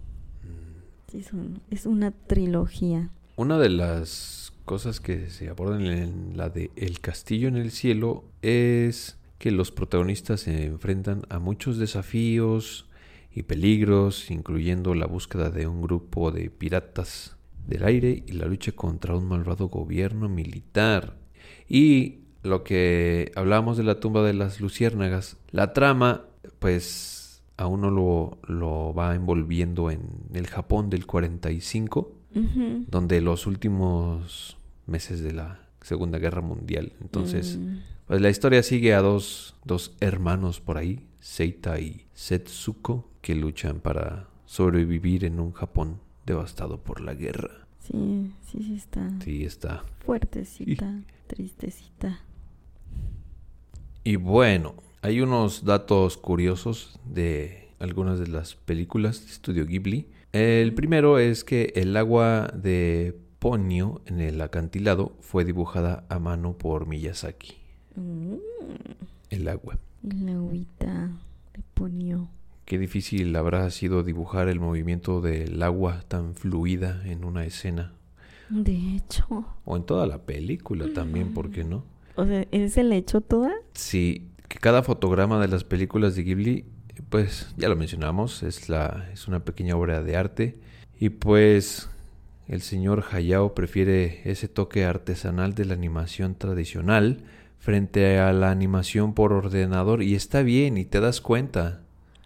Speaker 1: Sí, son- es una trilogía.
Speaker 2: Una de las cosas que se abordan en la de El castillo en el cielo es que los protagonistas se enfrentan a muchos desafíos y peligros, incluyendo la búsqueda de un grupo de piratas del aire y la lucha contra un malvado gobierno militar. Y lo que hablábamos de la tumba de las luciérnagas, la trama, pues a uno lo, lo va envolviendo en el Japón del 45
Speaker 1: Ujú.
Speaker 2: donde los últimos meses de la Segunda Guerra Mundial. Entonces,
Speaker 1: Mm.
Speaker 2: pues la historia sigue a dos, dos hermanos por ahí, Seita y Setsuko, que luchan para sobrevivir en un Japón devastado por la guerra.
Speaker 1: Sí, sí, sí está
Speaker 2: Sí, está.
Speaker 1: fuertecita, tristecita.
Speaker 2: Y bueno, hay unos datos curiosos de algunas de las películas de Estudio Ghibli. El primero es que el agua de Ponyo en el acantilado fue dibujada a mano por Miyazaki.
Speaker 1: Mm,
Speaker 2: El agua.
Speaker 1: y la agüita de ponio.
Speaker 2: Qué difícil habrá sido dibujar el movimiento del agua tan fluida en una escena.
Speaker 1: De hecho.
Speaker 2: O en toda la película también, ¿por qué no?
Speaker 1: O sea, ¿es el hecho toda?
Speaker 2: Sí, que cada fotograma de las películas de Ghibli, pues ya lo mencionamos, es, la, es una pequeña obra de arte. Y pues el señor Hayao prefiere ese toque artesanal de la animación tradicional frente a la animación por ordenador y está bien y te das cuenta.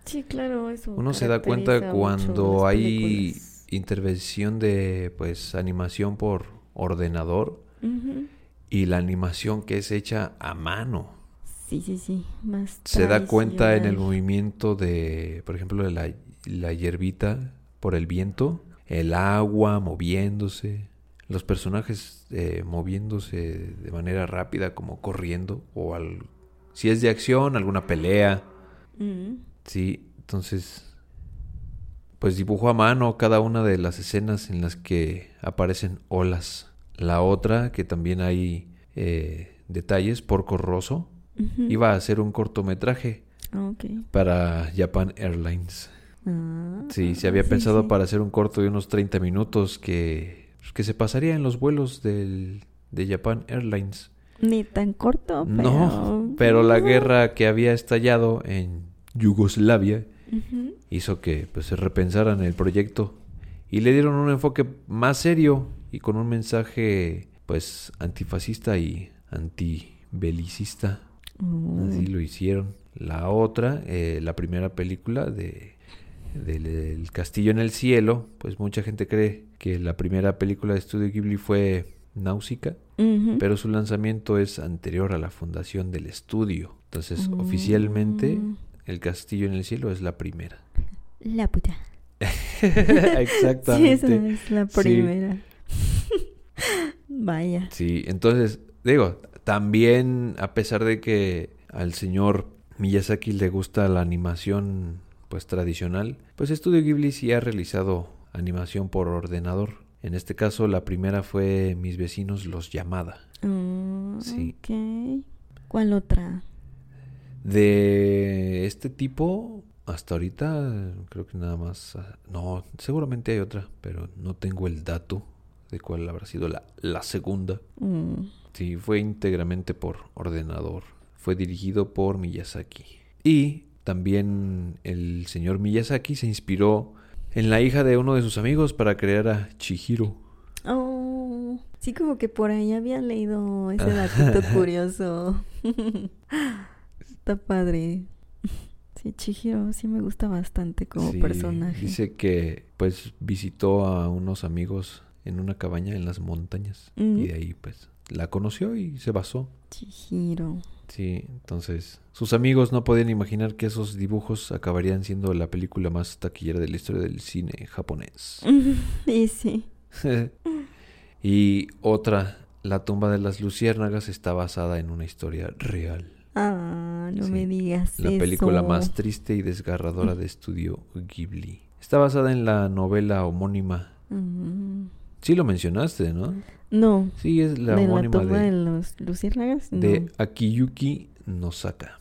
Speaker 1: Sí, claro, eso.
Speaker 2: Uno se da cuenta cuando hay intervención de pues animación por ordenador y la animación que es hecha a mano.
Speaker 1: Sí, sí, sí. Más
Speaker 2: Se da cuenta en el
Speaker 1: tradicional.
Speaker 2: movimiento de, por ejemplo, de la, la hierbita por el viento, el agua moviéndose, los personajes eh, moviéndose de manera rápida, como corriendo, o al, si es de acción, alguna pelea.
Speaker 1: Mm.
Speaker 2: Sí, entonces, pues dibujó a mano cada una de las escenas en las que aparecen olas. La otra, que también hay eh, detalles, Porco Rosso,
Speaker 1: Mm, Ujú.
Speaker 2: iba a hacer un cortometraje
Speaker 1: Ah, ok.
Speaker 2: para Japan Airlines.
Speaker 1: Ah,
Speaker 2: Sí, se
Speaker 1: ah,
Speaker 2: había pensado
Speaker 1: sí.
Speaker 2: para hacer un corto de unos 30 minutos que, pues, que se pasaría en los vuelos del, de Japan Airlines.
Speaker 1: Ni tan corto, pero...
Speaker 2: No, pero la guerra que había estallado en Yugoslavia
Speaker 1: Ujú.
Speaker 2: hizo que pues, se repensaran el proyecto y le dieron un enfoque más serio y con un mensaje pues antifascista y antibelicista.
Speaker 1: Mm.
Speaker 2: Así lo hicieron. La otra, eh, la primera película de del El Castillo en el Cielo, pues mucha gente cree que la primera película de Studio Ghibli fue Náusica,
Speaker 1: Ujú.
Speaker 2: pero su lanzamiento es anterior a la fundación del estudio. Entonces,
Speaker 1: Mm.
Speaker 2: pues, oficialmente, El Castillo en el Cielo es la primera.
Speaker 1: La
Speaker 2: <laughs>
Speaker 1: puta. Sí, esa
Speaker 2: Exactamente.
Speaker 1: es la
Speaker 2: Sí.
Speaker 1: primera. Vaya.
Speaker 2: Sí, entonces, digo, también a pesar de que al señor Miyazaki le gusta la animación pues tradicional, pues Studio Ghibli sí ha realizado animación por ordenador. En este caso la primera fue Mis vecinos los llamada.
Speaker 1: Ah,
Speaker 2: Sí.
Speaker 1: ok. ¿Cuál otra?
Speaker 2: De este tipo hasta ahorita creo que nada más ah, no, seguramente hay otra, pero no tengo el dato de cuál habrá sido la, la segunda.
Speaker 1: Mm.
Speaker 2: Sí, fue íntegramente por ordenador. Fue dirigido por Miyazaki. Y también el señor Miyazaki se inspiró en la hija de uno de sus amigos para crear a Chihiro.
Speaker 1: Oh, sí, como que por ahí había leído ese
Speaker 2: <laughs>
Speaker 1: datito curioso. Está padre. Sí, Chihiro sí me gusta bastante como
Speaker 2: Sí,
Speaker 1: personaje.
Speaker 2: Dice que pues visitó a unos amigos en una cabaña en las montañas.
Speaker 1: Ujú.
Speaker 2: Y de ahí pues la conoció y se basó.
Speaker 1: Chihiro. <laughs>
Speaker 2: Sí, entonces sus amigos no podían imaginar que esos dibujos acabarían siendo la película más taquillera de la historia del cine japonés.
Speaker 1: y sí.
Speaker 2: <laughs> y otra, La tumba de las luciérnagas está basada en una historia real.
Speaker 1: Ah, no
Speaker 2: Sí.
Speaker 1: me digas
Speaker 2: La película
Speaker 1: eso.
Speaker 2: más triste y desgarradora de estudio Ghibli. Está basada en la novela homónima.
Speaker 1: Mm.
Speaker 2: Sí lo mencionaste, ¿no?
Speaker 1: No.
Speaker 2: Sí, es la
Speaker 1: de la
Speaker 2: homónima
Speaker 1: tumba de,
Speaker 2: de,
Speaker 1: los luciérnagas. No.
Speaker 2: de Akiyuki Nosaka.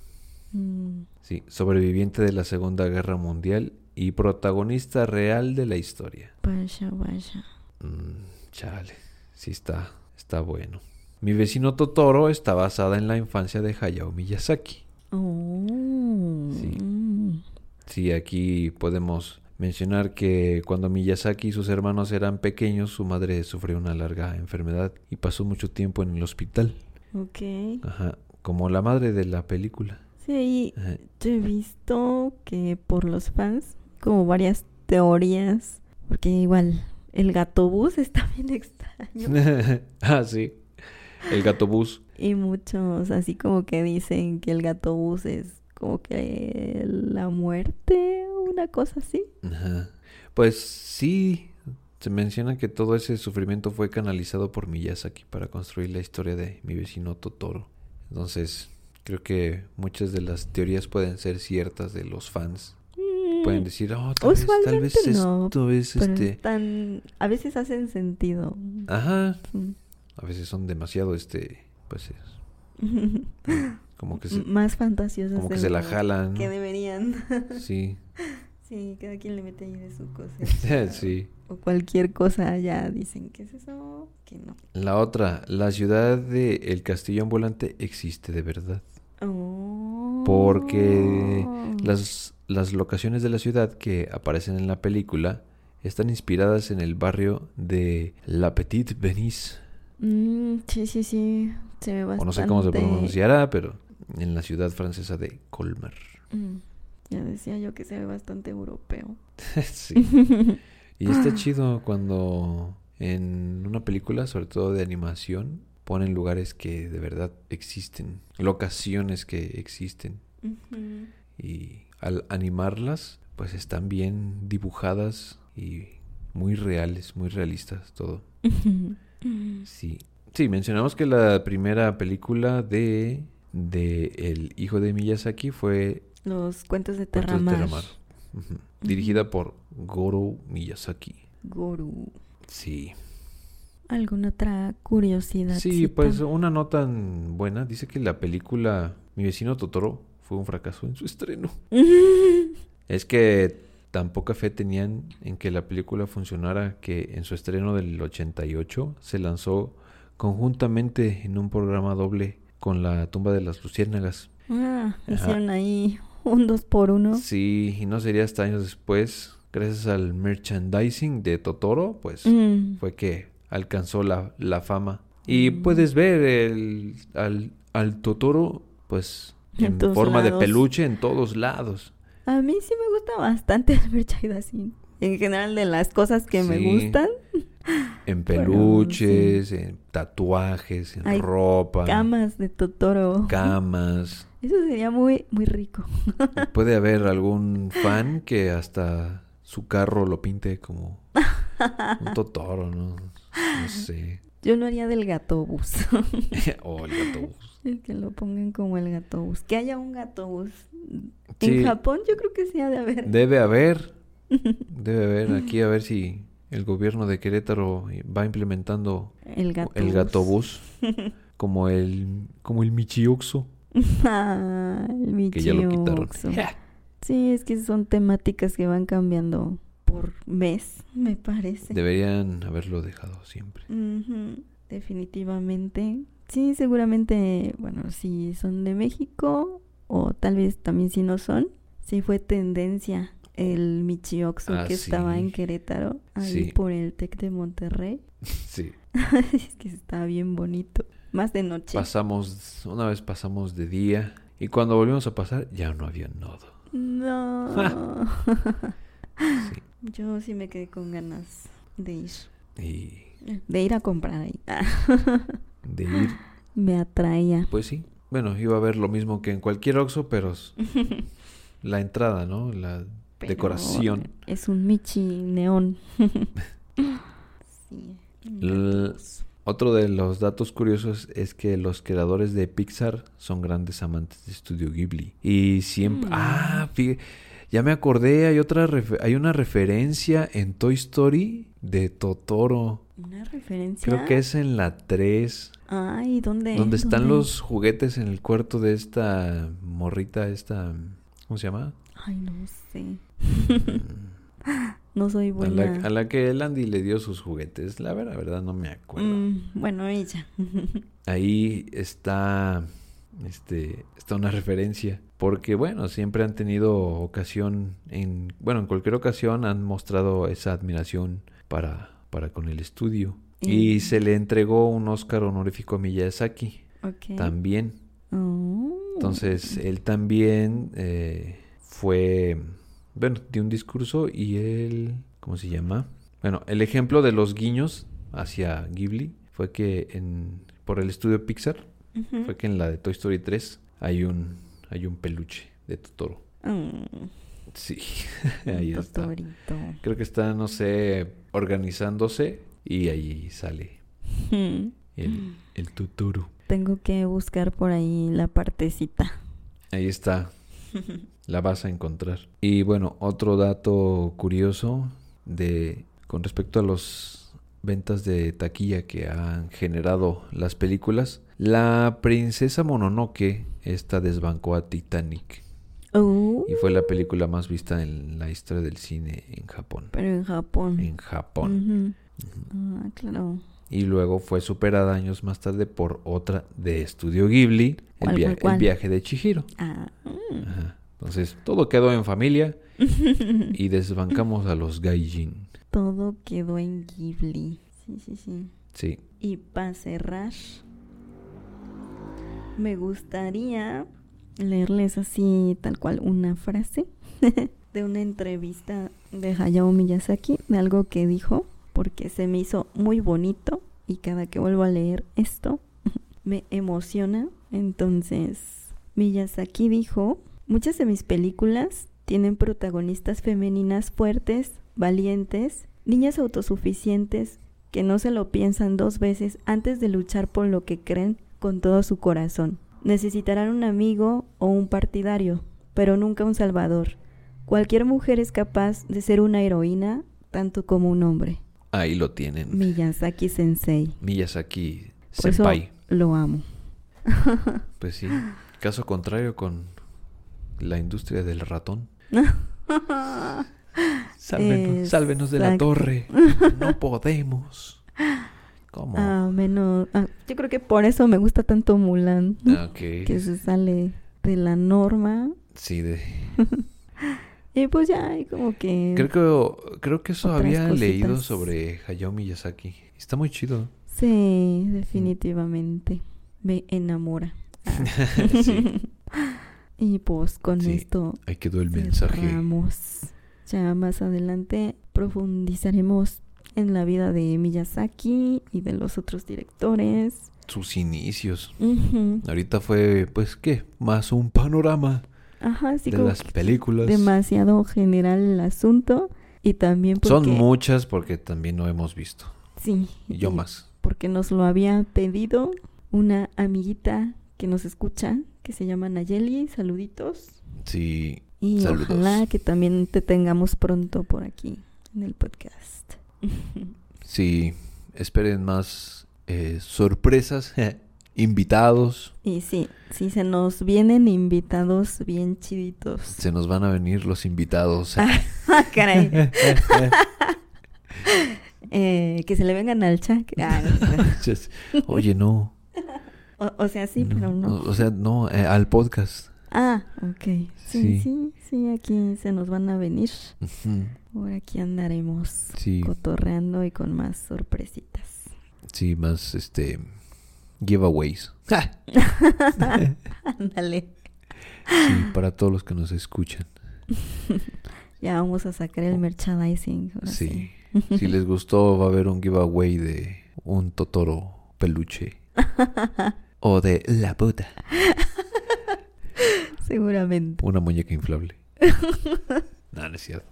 Speaker 1: Mm.
Speaker 2: Sí, sobreviviente de la Segunda Guerra Mundial y protagonista real de la historia.
Speaker 1: Vaya, vaya.
Speaker 2: Mm, chale, sí está, está bueno. Mi vecino Totoro está basada en la infancia de Hayao Miyazaki.
Speaker 1: Oh.
Speaker 2: Sí.
Speaker 1: Mm.
Speaker 2: Sí, aquí podemos mencionar que cuando Miyazaki y sus hermanos eran pequeños, su madre sufrió una larga enfermedad y pasó mucho tiempo en el hospital.
Speaker 1: Ok.
Speaker 2: Ajá, como la madre de la película.
Speaker 1: Sí,
Speaker 2: Ajá.
Speaker 1: yo he visto que por los fans, como varias teorías, porque igual el gatobús <laughs> está bien extraño.
Speaker 2: <laughs> ah, sí. El gatobús.
Speaker 1: y muchos así como que dicen que el gatobús es como que la muerte, una cosa así.
Speaker 2: Ajá. Pues sí, se menciona que todo ese sufrimiento fue canalizado por Miyazaki para construir la historia de mi vecino Totoro. Entonces, creo que muchas de las teorías pueden ser ciertas de los fans.
Speaker 1: Mm,
Speaker 2: Pueden decir, oh, tal vez, tal vez
Speaker 1: Usualmente no,
Speaker 2: esto es
Speaker 1: pero
Speaker 2: este. Ah.
Speaker 1: están- a veces hacen sentido. Mm.
Speaker 2: Ajá. A veces son demasiado este. Pues es
Speaker 1: <laughs>
Speaker 2: como que se,
Speaker 1: Más fantasiosas
Speaker 2: como que
Speaker 1: de
Speaker 2: se
Speaker 1: lo
Speaker 2: la jalan.
Speaker 1: que
Speaker 2: <laughs> ¿no?
Speaker 1: deberían. sí,
Speaker 2: Sí.
Speaker 1: <laughs> Sí, cada quien le mete ahí de su
Speaker 2: <laughs> Sí.
Speaker 1: cosa. O cualquier cosa ya dicen, ¿qué es eso? Que no.
Speaker 2: La otra, la ciudad de El Castillo Ambulante existe de verdad.
Speaker 1: Oh.
Speaker 2: Porque Las, las locaciones de la ciudad que aparecen en la película están inspiradas en el barrio de La Petite Venise.
Speaker 1: Mm, sí, sí, sí. Se ve bastante.
Speaker 2: O no sé cómo se pronunciará, pero en la ciudad francesa de Colmar. <laughs>
Speaker 1: Mm, Ya decía yo que se ve bastante europeo.
Speaker 2: Sí. Y está chido cuando en una película, sobre todo de animación, ponen lugares que de verdad existen, locaciones que existen.
Speaker 1: Ujú.
Speaker 2: Y al animarlas, pues están bien dibujadas y muy reales, muy realistas todo. Sí. Sí, mencionamos que la primera película de, de El hijo de Miyazaki fue
Speaker 1: <laughs> Los cuentos de
Speaker 2: Cuentos de
Speaker 1: Terramar.
Speaker 2: Terramar. ujú, dirigida por Goro Miyazaki.
Speaker 1: Guru.
Speaker 2: Sí.
Speaker 1: ¿Alguna otra curiosidad?
Speaker 2: Sí,
Speaker 1: <laughs>
Speaker 2: pues una no tan buena. Dice que la película Mi vecino Totoro fue un fracaso en su estreno. Es que tan poca fe tenían en que la película funcionara que en su estreno del 88 se lanzó conjuntamente en un programa doble con La tumba de las luciérnagas.
Speaker 1: Ah,
Speaker 2: Ajá.
Speaker 1: hicieron ahí un dos por uno.
Speaker 2: Sí, y no sería hasta años después, gracias al merchandising de Totoro, pues
Speaker 1: Mm.
Speaker 2: fue que alcanzó la, la fama. Y puedes ver el, al, al Totoro, pues,
Speaker 1: En
Speaker 2: en
Speaker 1: todos
Speaker 2: forma
Speaker 1: lados.
Speaker 2: de peluche en todos lados.
Speaker 1: A mí sí me gusta bastante <laughs> el merchandising. En general de las cosas que me
Speaker 2: Sí.
Speaker 1: gustan.
Speaker 2: En
Speaker 1: Bueno,
Speaker 2: peluches, en tatuajes, en
Speaker 1: Hay
Speaker 2: ropa,
Speaker 1: Camas de Totoro. <laughs>
Speaker 2: camas.
Speaker 1: Eso sería muy, muy rico.
Speaker 2: Puede haber algún fan que hasta su carro lo pinte como
Speaker 1: <laughs>
Speaker 2: un Totoro, ¿no? No sé.
Speaker 1: Yo no haría del gatobús.
Speaker 2: Oh, el gatobús.
Speaker 1: <laughs> El que lo pongan como el gatobús. Que haya un gatobús.
Speaker 2: Sí.
Speaker 1: En Japón yo creo que sí ha de haber. <laughs>
Speaker 2: Debe haber. Debe haber aquí a ver si el gobierno de Querétaro va implementando
Speaker 1: El gatobús. <laughs>
Speaker 2: el gatobús como el como el michioxo
Speaker 1: Ah, el
Speaker 2: que ya lo quitaron.
Speaker 1: Michioxo. Sí, es que son temáticas que van cambiando por mes, me parece.
Speaker 2: Deberían haberlo dejado siempre. <laughs>
Speaker 1: Ujú, Definitivamente. Sí, seguramente, bueno, si son de México o tal vez también si no son, sí fue tendencia el Michioxo
Speaker 2: Ah,
Speaker 1: que
Speaker 2: sí.
Speaker 1: estaba en Querétaro, ahí
Speaker 2: Sí.
Speaker 1: por el Tec de Monterrey. <laughs>
Speaker 2: Sí.
Speaker 1: es que está bien bonito. Más de noche.
Speaker 2: Pasamos una vez pasamos de día y cuando volvimos a pasar ya no había nodo.
Speaker 1: No.
Speaker 2: <laughs> Sí.
Speaker 1: <laughs> Yo sí me quedé con ganas de ir.
Speaker 2: Y
Speaker 1: De ir a comprar ahí. <laughs>
Speaker 2: de ir,
Speaker 1: me atraía.
Speaker 2: pues sí. Bueno, iba a ver lo mismo que en cualquier Oxxo, pero s- la entrada, ¿no? La
Speaker 1: Pero
Speaker 2: decoración.
Speaker 1: Es un Michi neón. <laughs> sí.
Speaker 2: L- Otro de los datos curiosos es que los creadores de Pixar son grandes amantes de Studio Ghibli. Y siempre...
Speaker 1: Mm.
Speaker 2: Ah, fí- ya me acordé, hay, otra refe- hay una referencia en Toy Story de Totoro.
Speaker 1: Una referencia.
Speaker 2: Creo que es en la 3,
Speaker 1: Ay, ¿dónde?
Speaker 2: donde están
Speaker 1: ¿Dónde?
Speaker 2: los juguetes en el cuarto de esta morrita, esta... ¿Cómo se
Speaker 1: <laughs>
Speaker 2: llama?
Speaker 1: Ay, no sé.
Speaker 2: Mm,
Speaker 1: No soy
Speaker 2: a,
Speaker 1: buena.
Speaker 2: la, a la que el Andy le dio sus juguetes. La verdad, la verdad no me acuerdo.
Speaker 1: Mm, bueno, ella.
Speaker 2: ahí está este está una referencia porque bueno siempre han tenido ocasión en bueno en cualquier ocasión han mostrado esa admiración para para con el estudio y
Speaker 1: Mm.
Speaker 2: se le entregó un Oscar honorífico a Miyazaki
Speaker 1: ok.
Speaker 2: también
Speaker 1: Oh.
Speaker 2: entonces eh, él también eh, fue bueno dio un discurso y él cómo se llama bueno el ejemplo de los guiños hacia Ghibli fue que en por el estudio Pixar
Speaker 1: Ujú.
Speaker 2: fue que en la de Toy Story 3 hay un, hay un peluche de Totoro.
Speaker 1: Mm,
Speaker 2: Sí, <laughs> ahí
Speaker 1: un
Speaker 2: está.
Speaker 1: totorito.
Speaker 2: Creo que está, no sé, organizándose y ahí sale
Speaker 1: Mm.
Speaker 2: el, el Totoro.
Speaker 1: <laughs> Tengo que buscar por ahí la partecita.
Speaker 2: Ahí está, la vas a encontrar. Y bueno, otro dato curioso de con respecto a las ventas de taquilla que han generado las películas. La princesa Mononoke, esta desbancó a Titanic.
Speaker 1: Oh,
Speaker 2: Y fue la película más vista en la historia del cine en Japón.
Speaker 1: pero en Japón.
Speaker 2: En Japón.
Speaker 1: Ujú. Ah, claro.
Speaker 2: Y luego fue superada años más tarde por otra de Estudio Ghibli, el,
Speaker 1: ¿Cuál,
Speaker 2: via-
Speaker 1: cuál, cuál?
Speaker 2: el viaje de Chihiro.
Speaker 1: Ah, mm.
Speaker 2: Ajá. Entonces, todo quedó en familia
Speaker 1: <laughs>
Speaker 2: y desbancamos a los gaijin.
Speaker 1: Todo quedó en Ghibli. Sí, sí, sí.
Speaker 2: Sí.
Speaker 1: Y para cerrar, me gustaría leerles así, tal cual, una frase <laughs> de una entrevista de Hayao Miyazaki, de algo que dijo, porque se me hizo muy bonito y cada que vuelvo a leer esto, <laughs> me emociona. Entonces, Miyazaki dijo, muchas de mis películas tienen protagonistas femeninas fuertes, valientes, niñas autosuficientes que no se lo piensan dos veces antes de luchar por lo que creen con todo su corazón. Necesitarán un amigo o un partidario, pero nunca un salvador. Cualquier mujer es capaz de ser una heroína tanto como un hombre.
Speaker 2: Ahí lo tienen.
Speaker 1: Miyazaki Sensei.
Speaker 2: Miyazaki
Speaker 1: Por eso
Speaker 2: Senpai.
Speaker 1: lo amo. <laughs>
Speaker 2: Pues sí. Caso contrario con la industria del ratón. Sálvenos, sálvenos de la
Speaker 1: Exacto. <laughs>
Speaker 2: torre. No podemos. ¿Cómo?
Speaker 1: Ah, menos, ah, yo creo que por eso me gusta tanto Mulan,
Speaker 2: Ah, ok.
Speaker 1: que se sale de la norma.
Speaker 2: Sí, de...
Speaker 1: Y pues ya, y como que...
Speaker 2: Creo que, creo que eso
Speaker 1: Otras
Speaker 2: había leído
Speaker 1: cositas.
Speaker 2: sobre Hayao Miyazaki. Está muy chido.
Speaker 1: Sí, definitivamente. Me enamora.
Speaker 2: <laughs> Sí.
Speaker 1: <laughs> Y pues con
Speaker 2: Sí,
Speaker 1: esto
Speaker 2: Ahí quedó el mensaje.
Speaker 1: cerramos. Ya más adelante profundizaremos en la vida de Miyazaki y de los otros directores.
Speaker 2: Sus inicios.
Speaker 1: Ujú.
Speaker 2: Ahorita fue, pues, ¿qué? Más un panorama
Speaker 1: Ajá, así
Speaker 2: de
Speaker 1: como
Speaker 2: las
Speaker 1: que
Speaker 2: películas.
Speaker 1: demasiado general el asunto y también porque
Speaker 2: Son muchas porque también no hemos visto.
Speaker 1: sí,
Speaker 2: Y yo
Speaker 1: y
Speaker 2: más.
Speaker 1: porque nos lo había pedido una amiguita que nos escucha que se llama Nayeli, saluditos.
Speaker 2: Sí.
Speaker 1: Y
Speaker 2: Saludos.
Speaker 1: ojalá que también te tengamos pronto por aquí en el podcast. <laughs>
Speaker 2: Sí, esperen más eh, sorpresas, <laughs> invitados.
Speaker 1: y sí, sí se nos vienen invitados bien chiditos.
Speaker 2: Se nos van a venir los
Speaker 1: <laughs>
Speaker 2: invitados. <laughs>
Speaker 1: ¡Ah, caray! <laughs> Eh, que se le vengan al chat.
Speaker 2: <laughs> Just- Oye, no.
Speaker 1: o, o sea, sí, pero no.
Speaker 2: O sea, no, eh, al podcast.
Speaker 1: Ah, ok. Sí,
Speaker 2: Sí.
Speaker 1: sí, sí, aquí se nos van a venir.
Speaker 2: Ujú.
Speaker 1: Por aquí andaremos
Speaker 2: Sí,
Speaker 1: cotorreando y con más
Speaker 2: <laughs>
Speaker 1: sorpresitas. <laughs>
Speaker 2: sí, más este giveaways. ¡Ja!
Speaker 1: Ándale. <gasps>
Speaker 2: Sí, para todos los que nos escuchan.
Speaker 1: Ya vamos a sacar el merchandising. ahora
Speaker 2: Oh. Sí. <laughs> Si les gustó, va a haber un giveaway de un Totoro peluche o de la puta,
Speaker 1: Seguramente.
Speaker 2: una muñeca inflable. <laughs> No, no es cierto.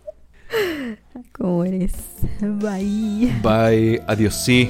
Speaker 1: ¿Cómo eres? Bye.
Speaker 2: Bye, adiós, sí.